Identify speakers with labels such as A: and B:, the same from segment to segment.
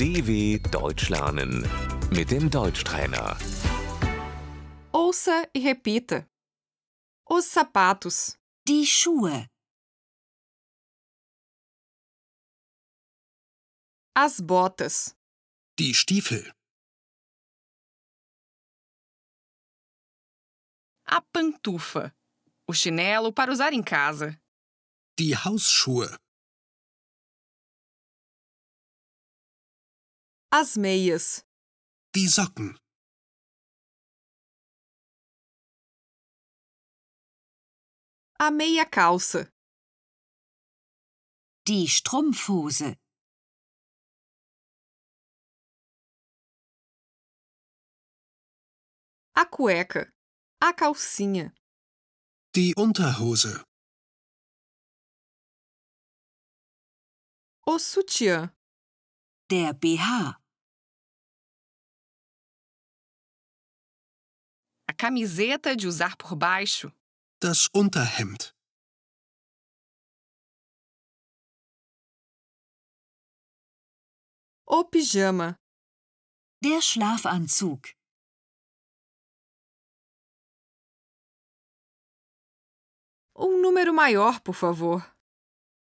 A: DW Deutsch lernen mit dem Deutschtrainer.
B: Ouça e repita: Os sapatos,
C: Die Schuhe,
B: as botas,
D: Die Stiefel,
B: a pantufa, o chinelo para usar em casa,
D: die Hausschuhe,
B: as meias,
D: die Socken,
B: a meia calça,
C: die Strumpfhose,
B: a cueca, a calcinha,
D: die Unterhose,
B: o sutiã,
C: der BH,
B: a camiseta de usar por baixo,
D: das Unterhemd,
B: o pijama,
C: der Schlafanzug,
B: um número maior, por favor.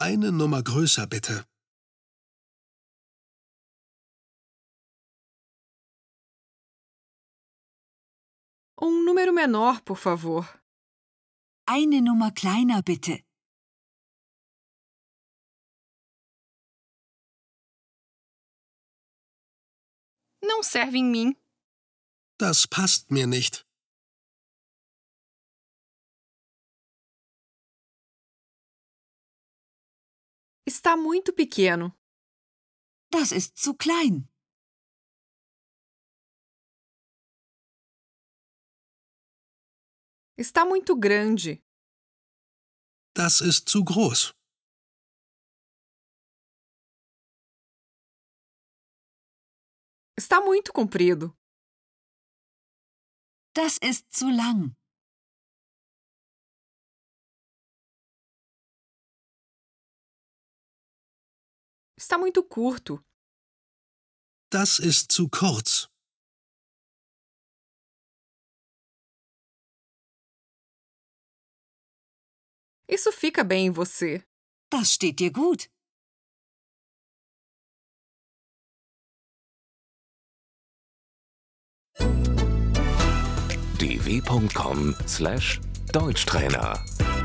D: eine Nummer größer bitte.
B: Um número menor, por favor.
C: eine Nummer kleiner bitte.
B: Não serve em mim.
D: Das passt mir nicht.
B: Está muito pequeno.
C: Das ist zu klein.
B: Está muito grande.
D: Das ist zu groß.
B: Está muito comprido.
C: Das ist zu lang.
B: Está muito curto.
D: Das ist zu kurz.
B: Isso fica bem em você.
C: Das steht dir gut.
A: dw.com/deutschtrainer